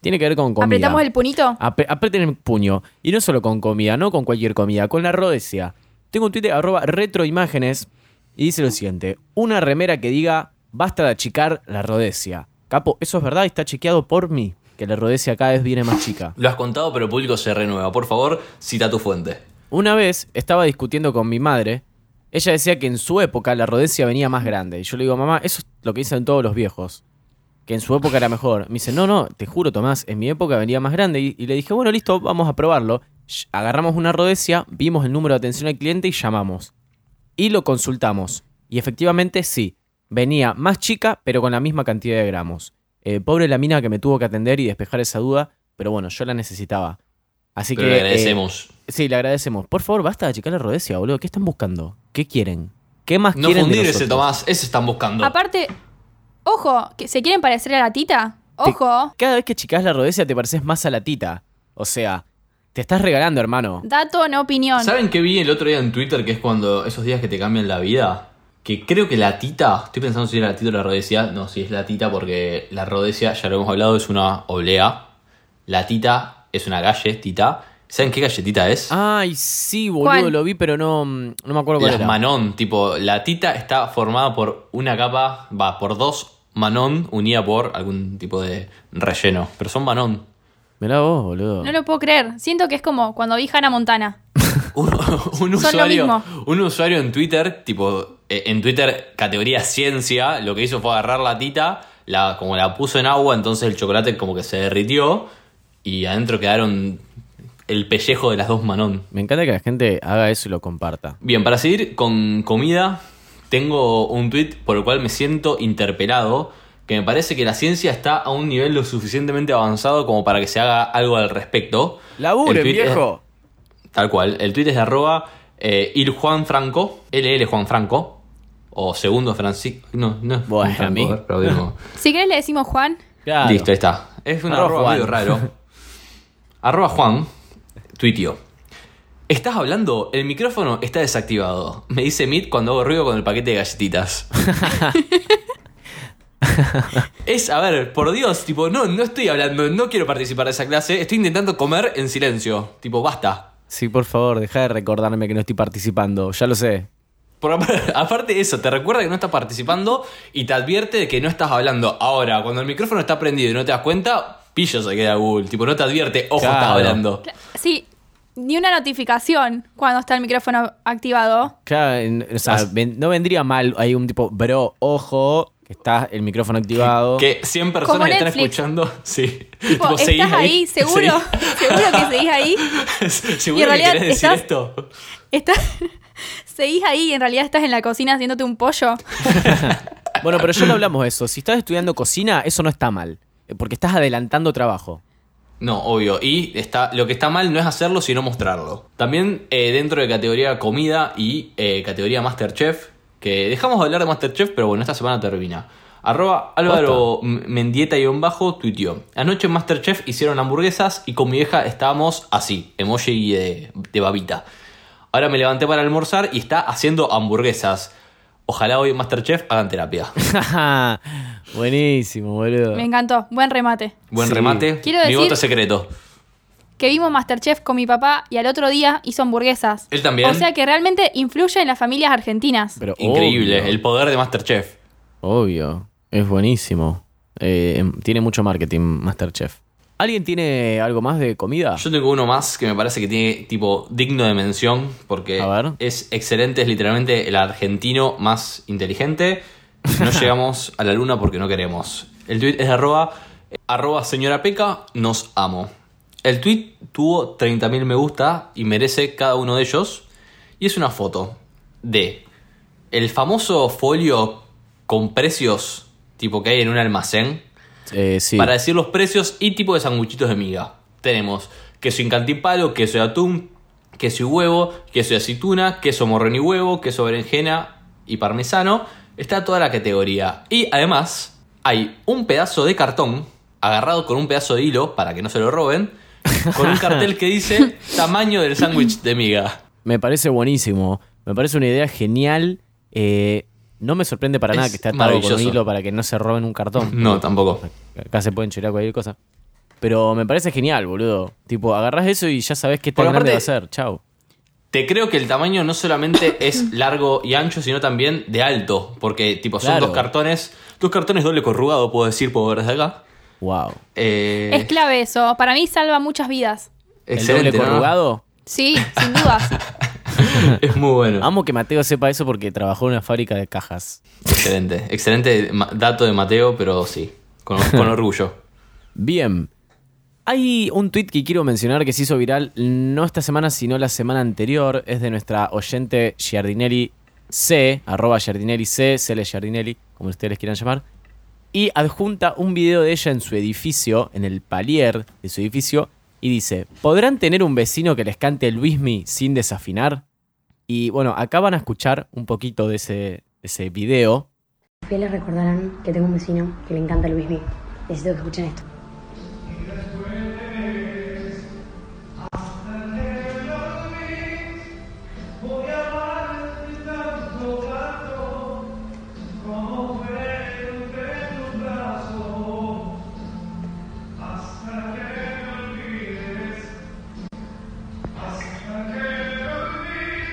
Tiene que ver con comida.
Apretamos el punito.
Ape- Aprieten el puño. Y no solo con comida, no con cualquier comida, con la rodecia. Tengo un Twitter arroba retroimágenes y dice lo siguiente: una remera que diga basta de achicar la rodecia. Capo, eso es verdad, está chequeado por mí. Que la rodecia cada vez viene más chica.
Lo has contado, pero el público se renueva. Por favor, cita tu fuente.
Una vez estaba discutiendo con mi madre. Ella decía que en su época la rodecia venía más grande. Y yo le digo, mamá, eso es lo que dicen todos los viejos. Que en su época era mejor. Me dice, no, no, te juro, Tomás, en mi época venía más grande. Y, y le dije, bueno, listo, vamos a probarlo. Sh- Agarramos una rodecia, vimos el número de atención al cliente y llamamos. Y lo consultamos. Y efectivamente sí, venía más chica, pero con la misma cantidad de gramos. Eh, pobre la mina que me tuvo que atender y despejar esa duda, pero bueno, yo la necesitaba. Así
Pero
que.
le
eh,
agradecemos.
Sí, le agradecemos. Por favor, basta de achicar la rodecia, boludo. ¿Qué están buscando? ¿Qué quieren? ¿Qué más
no
quieren de
fundir ese,
nosotros?
Tomás. Ese están buscando.
Aparte, ojo, que se quieren parecer a la tita. Ojo,
Cada vez que achicás la rodecia te pareces más a la tita. O sea, te estás regalando, hermano.
dato, Oh, no opinión.
¿Saben qué vi el otro día en Twitter? Que es cuando esos días que te cambian la vida. Que creo que la tita, estoy pensando si era la tita o la rodecia. No, si es la tita porque la rodecia, ya lo hemos hablado, es una oblea. La tita es una galletita. ¿Saben qué galletita es?
Ay, sí, boludo,
¿Cuál?
lo vi, pero no, mm, no me acuerdo cuál
Las
era.
manón, tipo, la tita está formada por una capa, va, por dos manón unida por algún tipo de relleno. Pero son manón.
Mirá vos, boludo.
No lo puedo creer. Siento que es como cuando vi Hannah Montana.
un, *laughs* un
lo
usuario,
mismo.
un usuario en Twitter, tipo, eh, en Twitter categoría ciencia, lo que hizo fue agarrar la tita, la, como la puso en agua, entonces el chocolate como que se derritió y adentro quedaron el pellejo de las dos Manon.
Me encanta que la gente haga eso y lo comparta.
Bien, para seguir con comida, tengo un tweet por el cual me siento interpelado, que me parece que la ciencia está a un nivel lo suficientemente avanzado como para que se haga algo al respecto.
¡Laburen,
El tuit es-
viejo!
tal cual. El tweet es de arroba eh, Il Juan Franco, LL Juan Franco, o segundo Francisco. No, no. es
Bueno,
Franco,
a mí.
eh, pero digo-
Si querés le decimos Juan,
*laughs* *laughs* Claro.
Listo, ahí está. Es un
Arroba
arroba,
Juan. *laughs*
medio raro. arroba Juan, tuitio. ¿Estás hablando? El micrófono está desactivado. Me dice Mit cuando hago ruido con el paquete
*laughs*
de galletitas. es, a ver, por Dios, tipo, no, no estoy hablando, no quiero participar de esa clase, estoy intentando comer en silencio. Tipo, basta.
Sí, por favor, deja de recordarme que no estoy participando. Ya lo sé.
Por ap- *laughs* aparte de eso, te recuerda que no estás participando y te advierte de que no estás hablando. Ahora, cuando el micrófono está prendido y no te das cuenta, pillo se queda Google. Tipo, no te advierte, ojo,
Claro.
estás hablando.
sí, ni una notificación cuando está el micrófono activado.
Claro, en- o sea,
As-
ven- no vendría mal hay un tipo, bro, ojo, que está el micrófono activado.
Que 100 personas
Como
que están
Netflix.
escuchando, *laughs* sí.
Tipo,
Tipo, seguís
estás
*laughs*
ahí, seguro, seguro que seguís ahí. Y
¿Seguro
en
que
realidad
querés decir
estás-
esto?
Estás, *laughs* seguís ahí y en realidad estás en la cocina haciéndote un pollo.
Bueno, pero ya lo hablamos eso. Si estás estudiando cocina, eso no está mal. eh, Porque estás adelantando trabajo. *laughs*
No, obvio. Y está, lo que está mal no es hacerlo, sino mostrarlo. También eh, dentro de categoría comida y eh, categoría Masterchef, que dejamos de hablar de Masterchef, pero bueno, esta semana termina. Arroba Álvaro M- Mendieta y bajo tuiteó. Anoche en Masterchef hicieron hamburguesas y con mi vieja estábamos así, emoji de, de babita. Ahora me levanté para almorzar y está haciendo hamburguesas. Ojalá hoy en Masterchef hagan terapia.
Buenísimo, boludo.
Me encantó, buen remate.
Buen
Sí.
remate.
Quiero
Mi
decir-
voto es secreto.
Que vimos Masterchef con mi papá y al otro día hizo hamburguesas.
Él también.
O sea que realmente influye en las familias argentinas.
Pero
Increíble,
obvio,
el poder de Masterchef.
Obvio. Es buenísimo. Eh, em, tiene mucho marketing, Masterchef. ¿Alguien tiene algo más de comida?
Yo tengo uno más que me parece que tiene tipo digno de mención porque
A ver.
es excelente, es literalmente el argentino más inteligente.
*laughs*
No llegamos a la luna porque no queremos. El tweet es de arroba, arroba señora Peca, nos amo. El tweet tuvo 30.000 me gusta y merece cada uno de ellos. Y es una foto de el famoso folio con precios tipo que hay en un almacén
Eh, sí.
para decir los precios y tipo de sanguchitos de miga. Tenemos queso incantipalo, queso de atún, queso y huevo, queso de aceituna, queso morrón y huevo, queso berenjena y parmesano. Está toda la categoría. Y además hay un pedazo de cartón agarrado con un pedazo de hilo para que no se lo roben, con un cartel que dice tamaño del sándwich de miga.
Me parece buenísimo. Me parece una idea genial. Eh, no me sorprende para
Es
nada que esté atado con un
maravilloso.
hilo para que no se roben un cartón.
No, tampoco.
Acá se pueden chorar cualquier cosa. Pero me parece genial, boludo. Tipo, agarrás eso y ya sabés qué tan
Porque
grande va a
aparte-
ser. Chau.
Te creo que el tamaño
*coughs*
no solamente es largo y ancho, sino también de alto. Porque, tipo, son
Claro.
dos cartones. Dos cartones doble corrugado, puedo decir, puedo ver desde acá.
Wow.
Eh,
Es clave eso. Para mí salva muchas vidas.
excelente,
el doble
¿no?
corrugado.
Sí, sin dudas.
*laughs*
*laughs*
Es muy bueno.
Amo que Mateo sepa eso porque trabajó en una fábrica de cajas.
excelente. Excelente ma- dato de Mateo, pero sí. Con,
*laughs*
con orgullo.
Bien. Hay un tweet que quiero mencionar que se hizo viral no esta semana, sino la semana anterior. Es de nuestra oyente Giardinelli C, arroba Giardinelli C, Cele Giardinelli, como ustedes les quieran llamar. Y adjunta un video de ella en su edificio, en el palier de su edificio, y dice: ¿Podrán tener un vecino que les cante Luismi sin desafinar? Y bueno, acá van a escuchar un poquito de ese, de ese video.
Fieles recordarán que tengo un vecino que le encanta Luis Miguel. Necesito que escuchen esto.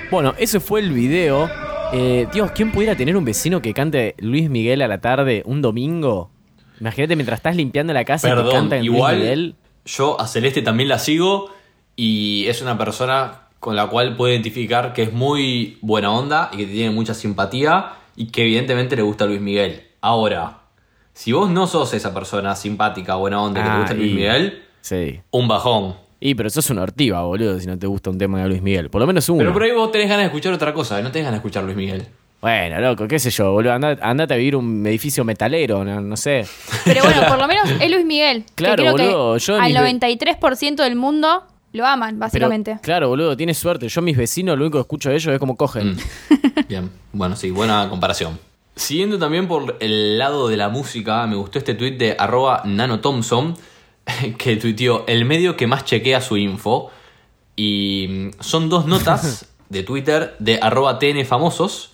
Bueno, ese fue el video. Eh, Dios, ¿quién pudiera tener un vecino que cante Luis Miguel a la tarde un domingo? Imagínate mientras estás limpiando la casa y te
Perdón,
cantan Luis Miguel.
igual yo a Celeste también la sigo y es una persona con la cual puedo identificar que es muy buena onda y que tiene mucha simpatía y que evidentemente le gusta Luis Miguel. Ahora, si vos no sos esa persona simpática, buena onda, que te
Ah,
gusta Luis
y-
Miguel,
Sí.
un bajón.
Y, pero sos una ortiva, boludo, si no te gusta un tema de Luis Miguel. Por lo menos uno.
Pero por ahí vos tenés ganas de escuchar otra cosa, no tenés ganas de escuchar Luis Miguel.
Bueno, loco, qué sé yo, boludo. Andate, andate a vivir un edificio metalero, no, no sé.
Pero bueno, por lo menos es Luis Miguel. que
Claro,
creo que
boludo, yo
al
ni-
93% del mundo lo aman,
Pero,
básicamente.
claro, boludo, tienes suerte. Yo, mis vecinos, lo único que escucho de ellos es como cogen.
Mm. Bien, bueno, sí, buena comparación. Siguiendo también por el lado de la música, me gustó este tweet de arroba Nano Thompson, *laughs* que tuiteó el medio que más chequea su info. Y mm, son dos notas de Twitter de arroba TN Famosos.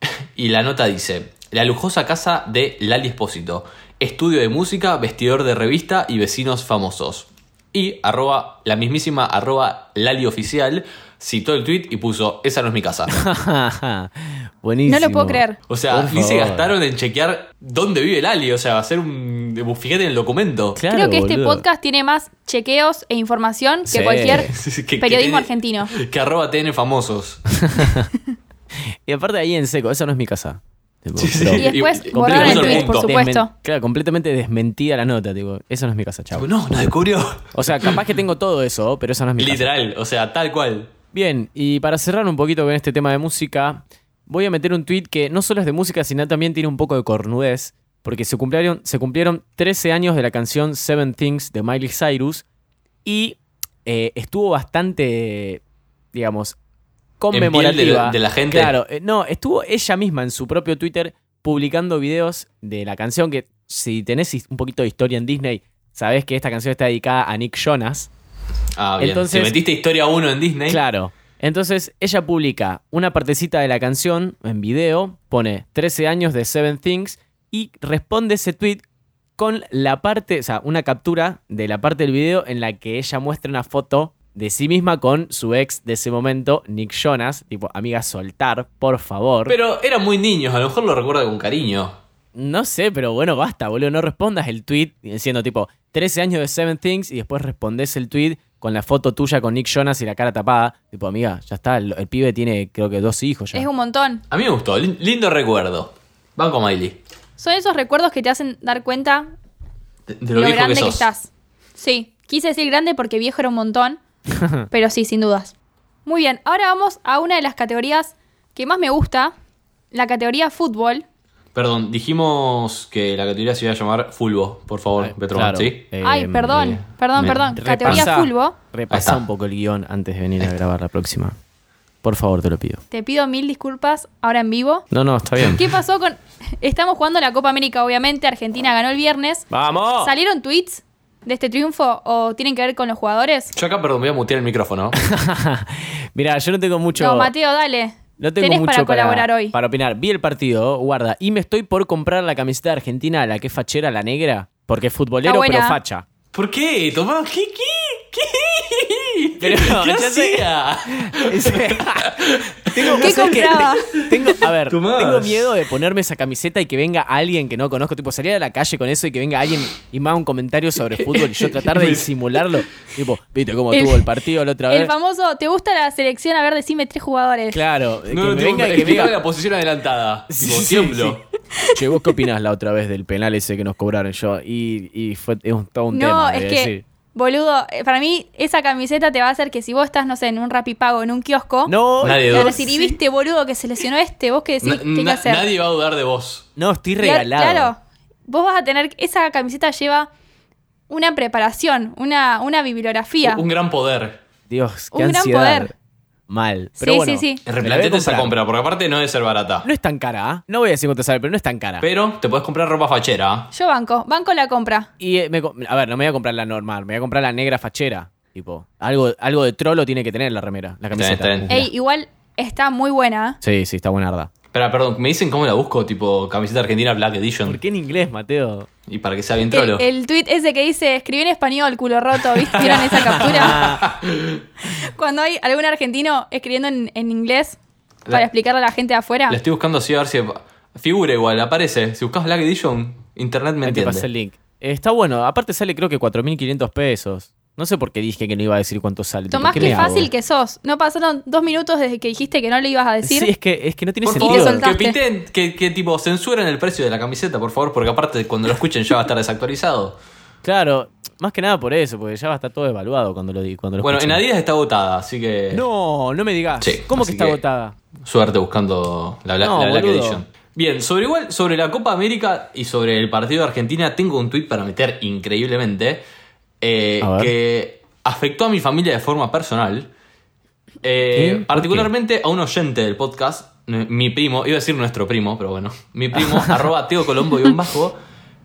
*laughs* Y la nota dice, la lujosa casa de Lali Espósito, estudio de música, vestidor de revista y vecinos famosos. Y arroba, la mismísima arroba Lali Oficial citó el tweet y puso, esa no es mi casa.
*laughs* Buenísimo.
No lo puedo creer.
O sea,
Por
ni se
favor.
gastaron en chequear dónde vive Lali. O sea, va a ser un. Fíjate en el documento.
Claro,
creo que este
boludo.
podcast tiene más chequeos e información que
Sí. *laughs*
cualquier
*laughs* Que- que
periodismo
tiene-
argentino.
Que arroba TN famosos.
Y aparte ahí en seco, esa no es mi casa. Tipo,
Sí, sí.
pero-
Y después
Y- y-
borraron el
completamente
tweet,
lo
por
punto.
supuesto.
Desmen- Claro, completamente desmentida la nota, tipo, esa no es mi casa, chavo.
No, no descubrió.
O sea, capaz que tengo todo eso, pero esa no es mi casa.
Literal, o sea, tal cual.
Bien, y para cerrar un poquito con este tema de música, voy a meter un tweet que no solo es de música, sino también tiene un poco de cornudez, porque se cumplieron, se cumplieron 13 años de la canción Seven Things de Miley Cyrus y eh, estuvo bastante, digamos,
de-
conmemorativa.
de la gente.
Claro, eh, no, estuvo ella misma en su propio Twitter publicando videos de la canción que si tenés his- un poquito de historia en Disney, sabés que esta canción está dedicada a Nick Jonas.
Ah, bien.
Entonces-
si metiste historia 1 en Disney.
Claro. Entonces ella publica una partecita de la canción en video, pone 13 años de Seven Things y responde ese tweet con la parte, o sea, una captura de la parte del video en la que ella muestra una foto de sí misma con su ex de ese momento, Nick Jonas, tipo, amiga, soltar, por favor.
Pero eran muy niños, a lo mejor lo recuerda con cariño.
No sé, pero bueno, basta, boludo. No respondas el tweet diciendo tipo 13 años de Seven Things y después respondes el tweet con la foto tuya con Nick Jonas y la cara tapada. Tipo, amiga, ya está. El, el pibe tiene, creo que dos hijos ya.
Es un montón.
A mí me gustó, lin- lindo recuerdo. Banco Miley.
Son esos recuerdos que te hacen dar cuenta
De, de
lo,
lo, viejo
grande que,
sos.
estás. Sí, quise decir grande porque viejo era un montón, pero sí, sin dudas. Muy bien, ahora vamos a una de las categorías que más me gusta, la categoría fútbol.
Perdón, dijimos que la categoría se iba a llamar Fulbo, por favor,
Eh,
Petroman,
claro.
¿sí?
Eh,
Ay, perdón,
eh,
perdón,
me-
perdón, categoría
repasa-
fulbo.
Ahí
Repasa
está.
un poco el guión antes de venir a grabar la próxima. Por favor, te lo pido.
Te pido mil disculpas ahora en vivo.
No, no, está bien.
¿Qué pasó con...? *laughs* Estamos jugando la Copa América, obviamente, Argentina ganó el viernes.
¡Vamos!
¿Salieron tweets de este triunfo o tienen que ver con los jugadores?
Yo acá, perdón, voy a mutear el micrófono.
*laughs* Mira, yo no tengo mucho.
No, Mateo, dale.
No tengo
Tenés
mucho
para colaborar hoy.
Para opinar. Vi el partido, guarda. Y me estoy por comprar la camiseta de argentina, la que es fachera, la negra. Porque es futbolero,
Está buena.
pero facha.
¿Por qué? Tomás, ¿qué? ¿Qué? ¿Qué?
Pero,
¿Qué
ya sé.
hacía?
*laughs*
tengo,
¿Qué
¿sabes
compraba?
Tengo, a ver,
Tomás.
tengo miedo de ponerme esa camiseta y que venga alguien que no conozco. Tipo, salir a la calle con eso y que venga alguien y me haga un comentario
*laughs*
sobre fútbol y yo tratar de disimularlo. Tipo, viste cómo
El-
tuvo el partido la otra vez.
El famoso, ¿te gusta la selección? A ver, decime tres jugadores.
Claro, eh,
No,
que me
tipo,
venga y que me
explicaba
diga,
la posición adelantada.
Sí,
tipo,
sí,
tiemblo.
Che, ¿vos qué opinás la otra vez del penal ese que nos cobraron yo? Y, y fue es un, todo un
no,
tema.
es
eh,
que,
sí.
boludo, eh, para mí esa camiseta te va a hacer que si vos estás, no sé, en un rapipago, en un kiosco,
No,
Nadie
te
duda.
van a decir, y viste, boludo, que se lesionó este, vos que decís,
Na-
¿qué hay que
na-
hacer?
Nadie va a dudar de vos.
no, estoy
Claro,
regalado.
Claro, vos vas a tener, esa camiseta lleva una preparación, una, una bibliografía.
Un gran poder.
Dios, qué
Un gran
ansiedad.
poder.
Mal. Pero
Sí,
bueno,
sí, sí.
me la voy a
Replanteate esa
comprar.
compra, porque aparte no debe ser barata.
No es tan cara, ¿ah? No voy a decir cuánto sale, pero no es tan cara.
Pero te puedes comprar ropa fachera.
Yo banco, banco la compra.
Y eh, me co- a ver, no me voy a comprar la normal, me voy a comprar la negra fachera. Tipo, algo, algo de trolo tiene que tener la remera, la
bien,
camiseta.
está bien.
Ey, igual está muy buena. ¿eh?
Sí, sí, está buenarda.
Espera, perdón, me dicen cómo la busco, tipo camiseta argentina Black Edition.
¿Por qué en inglés, Mateo?
Y para que sea bien trolo.
El, el tweet ese que dice, escribí en español, culo roto, ¿viste? ¿Vieron
*laughs*
esa captura? Cuando hay algún argentino escribiendo en, en inglés para
La-
explicarle a la gente de afuera.
La estoy buscando así a ver si. Figura igual, aparece. Si buscas Black Edition, internet me
Ahí te
entiende.
pasé el link. Eh, Está bueno, aparte sale creo que 4.500 pesos. No sé por qué dije que no iba a decir cuánto sale. tipo,
Tomás,
¿qué
qué,
me hago?
fácil que sos. No pasaron dos minutos desde que dijiste que no le ibas a decir.
Sí, es que, es que no tiene
Por
te
sentido.
favor, que
soltaste.
piten, que, que tipo censuren el precio de la camiseta, por favor, porque aparte cuando lo escuchen ya va a estar desactualizado.
Claro, más que nada por eso, porque ya va a estar todo evaluado cuando lo di- cuando *laughs* lo
Bueno, en
escuchen.
Adidas está agotada, así que.
No, no me digas.
Sí,
¿Cómo que
así
está
que-
agotada?
Suerte buscando la, Bla-
No,
la Black
boludo.
Edition. Bien, sobre igual, sobre la Copa América y sobre el partido de Argentina, tengo un tuit para meter increíblemente. eh,
A ver.
que afectó a mi familia de forma personal. Eh,
¿Eh? ¿Por qué?
particularmente a un oyente del podcast, n- mi primo, iba a decir nuestro primo, pero bueno,
*laughs*
mi primo, arroba Teo Colombo y un bajo,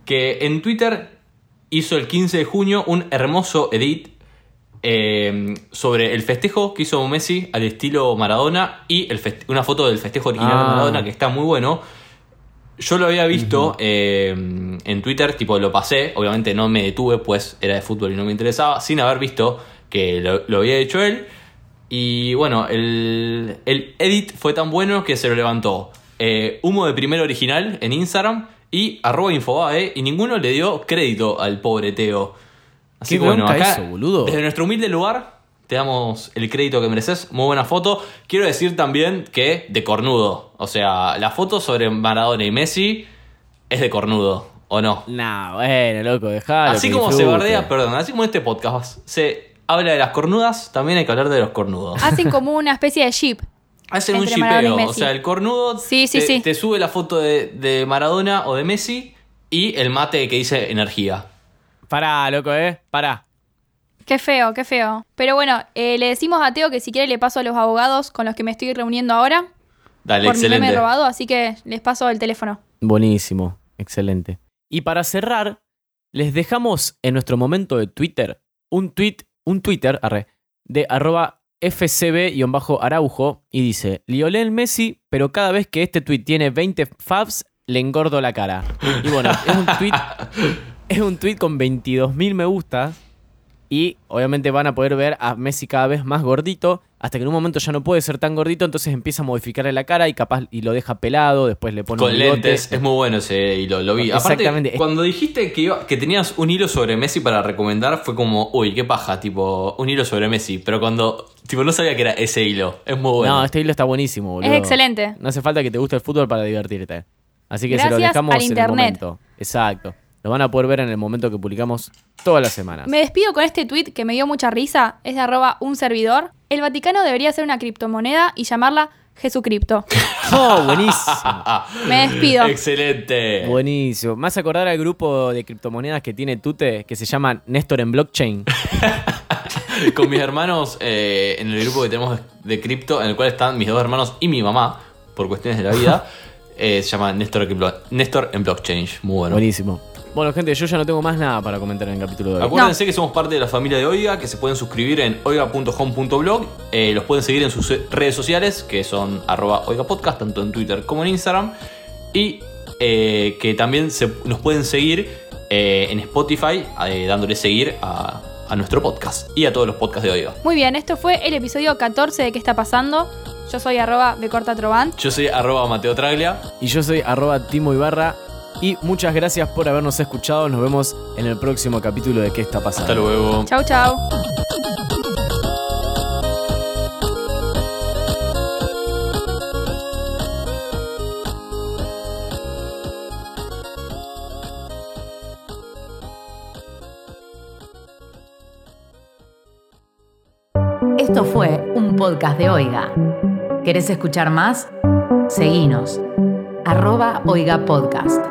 que en Twitter hizo el 15 de junio un hermoso edit eh, sobre el festejo que hizo Messi al estilo Maradona y el feste- una foto del festejo original
Ah.
de Maradona que está muy bueno. Yo lo había visto eh, en Twitter, tipo lo pasé, obviamente no me detuve, pues era de fútbol y no me interesaba, sin haber visto que lo, lo había hecho él. Y bueno, el, el edit fue tan bueno que se lo levantó eh, Humo de Primero Original en Instagram y arroba Infobae, y ninguno le dio crédito al pobre Teo. Así
Qué
que bueno,
bronca
acá,
eso, boludo.
desde nuestro humilde lugar, te damos el crédito que mereces. Muy buena foto. Quiero decir también que de cornudo. O sea, la foto sobre Maradona y Messi es de cornudo, ¿o no?
Nah, bueno, loco, dejalo.
así
que
como se
disfrute.
bardea, perdón, así como este podcast se habla de las cornudas, también hay que hablar de los cornudos. *laughs*
Hacen como una especie de jeep.
Hacen un
Ah, Entre Maradona y
shipeo, o
Messi.
sea, el cornudo
Sí, sí,
te,
sí.
te sube la foto de, de Maradona o de Messi y el mate que dice energía.
Pará, loco, eh. Pará.
Qué feo, qué feo. Pero bueno, eh, le decimos a Teo que si quiere le paso a los abogados con los que me estoy reuniendo ahora.
Dale,
por mi
excelente.
meme robado, así que les paso el teléfono.
Buenísimo, excelente. Y para cerrar, les dejamos en nuestro momento de Twitter un tweet, un Twitter, arre, de arroba fcb-araujo y dice, Lionel Messi, pero cada vez que este tweet tiene 20 fabs, le engordo la cara. Y bueno, es un
*laughs*
tweet, es un tweet con 22.000 me gustas y obviamente van a poder ver a Messi cada vez más gordito, hasta que en un momento ya no puede ser tan gordito, entonces empieza a modificarle la cara y capaz y lo deja pelado, después le pone un
Con
bigote.
lentes, es muy bueno ese hilo, lo vi. Aparte,
Exactamente.
cuando dijiste que, iba- que tenías un hilo sobre Messi para recomendar, fue como, uy, qué paja, tipo, un hilo sobre Messi. Pero cuando, tipo, no sabía que era ese hilo. Es muy bueno.
No, este hilo está buenísimo, boludo.
Es excelente.
No hace falta que te guste el fútbol para divertirte. Así que se lo
Gracias
dejamos
al
en el
internet.
momento. Exacto. Lo van a poder ver en el momento que publicamos todas las semanas.
Me despido con este tweet que me dio mucha risa. Es de arroba un servidor. El Vaticano debería hacer una criptomoneda y llamarla Jesucripto.
¡Oh, buenísimo!
Me despido.
Ah. *laughs* Excelente.
buenísimo. Más acordar al grupo de criptomonedas que tiene Tute, que se llama Néstor en Blockchain.
Con mis hermanos, eh, en el grupo que tenemos de cripto, en el cual están mis dos hermanos y mi mamá, por cuestiones de la
*laughs*
vida, eh, se llama Néstor, en Blo- Néstor en Blockchain. Muy bueno.
Buenísimo. Bueno, gente, yo ya no tengo más nada para comentar en el capítulo de hoy.
Acuérdense que somos parte de la familia de Oiga, que se pueden suscribir en oiga.home.blog. eh, los pueden seguir en sus redes sociales, que son arroba Oiga Podcast, tanto en Twitter como en Instagram. Y eh, que también se- nos pueden seguir eh, en Spotify, eh, dándole seguir a, a nuestro podcast y a todos los podcasts de Oiga.
Muy bien, esto fue el episodio 14 de ¿Qué está pasando? Yo soy arroba becortatroban.
Yo soy arroba Mateo Traglia.
Y yo soy arroba Timo Ibarra. Y muchas gracias por habernos escuchado. Nos vemos en el próximo capítulo de ¿Qué está pasando?
Hasta luego.
Chau, chau.
Esto fue un podcast de Oiga. ¿Querés escuchar más? Seguinos. Arroba Oiga Podcast.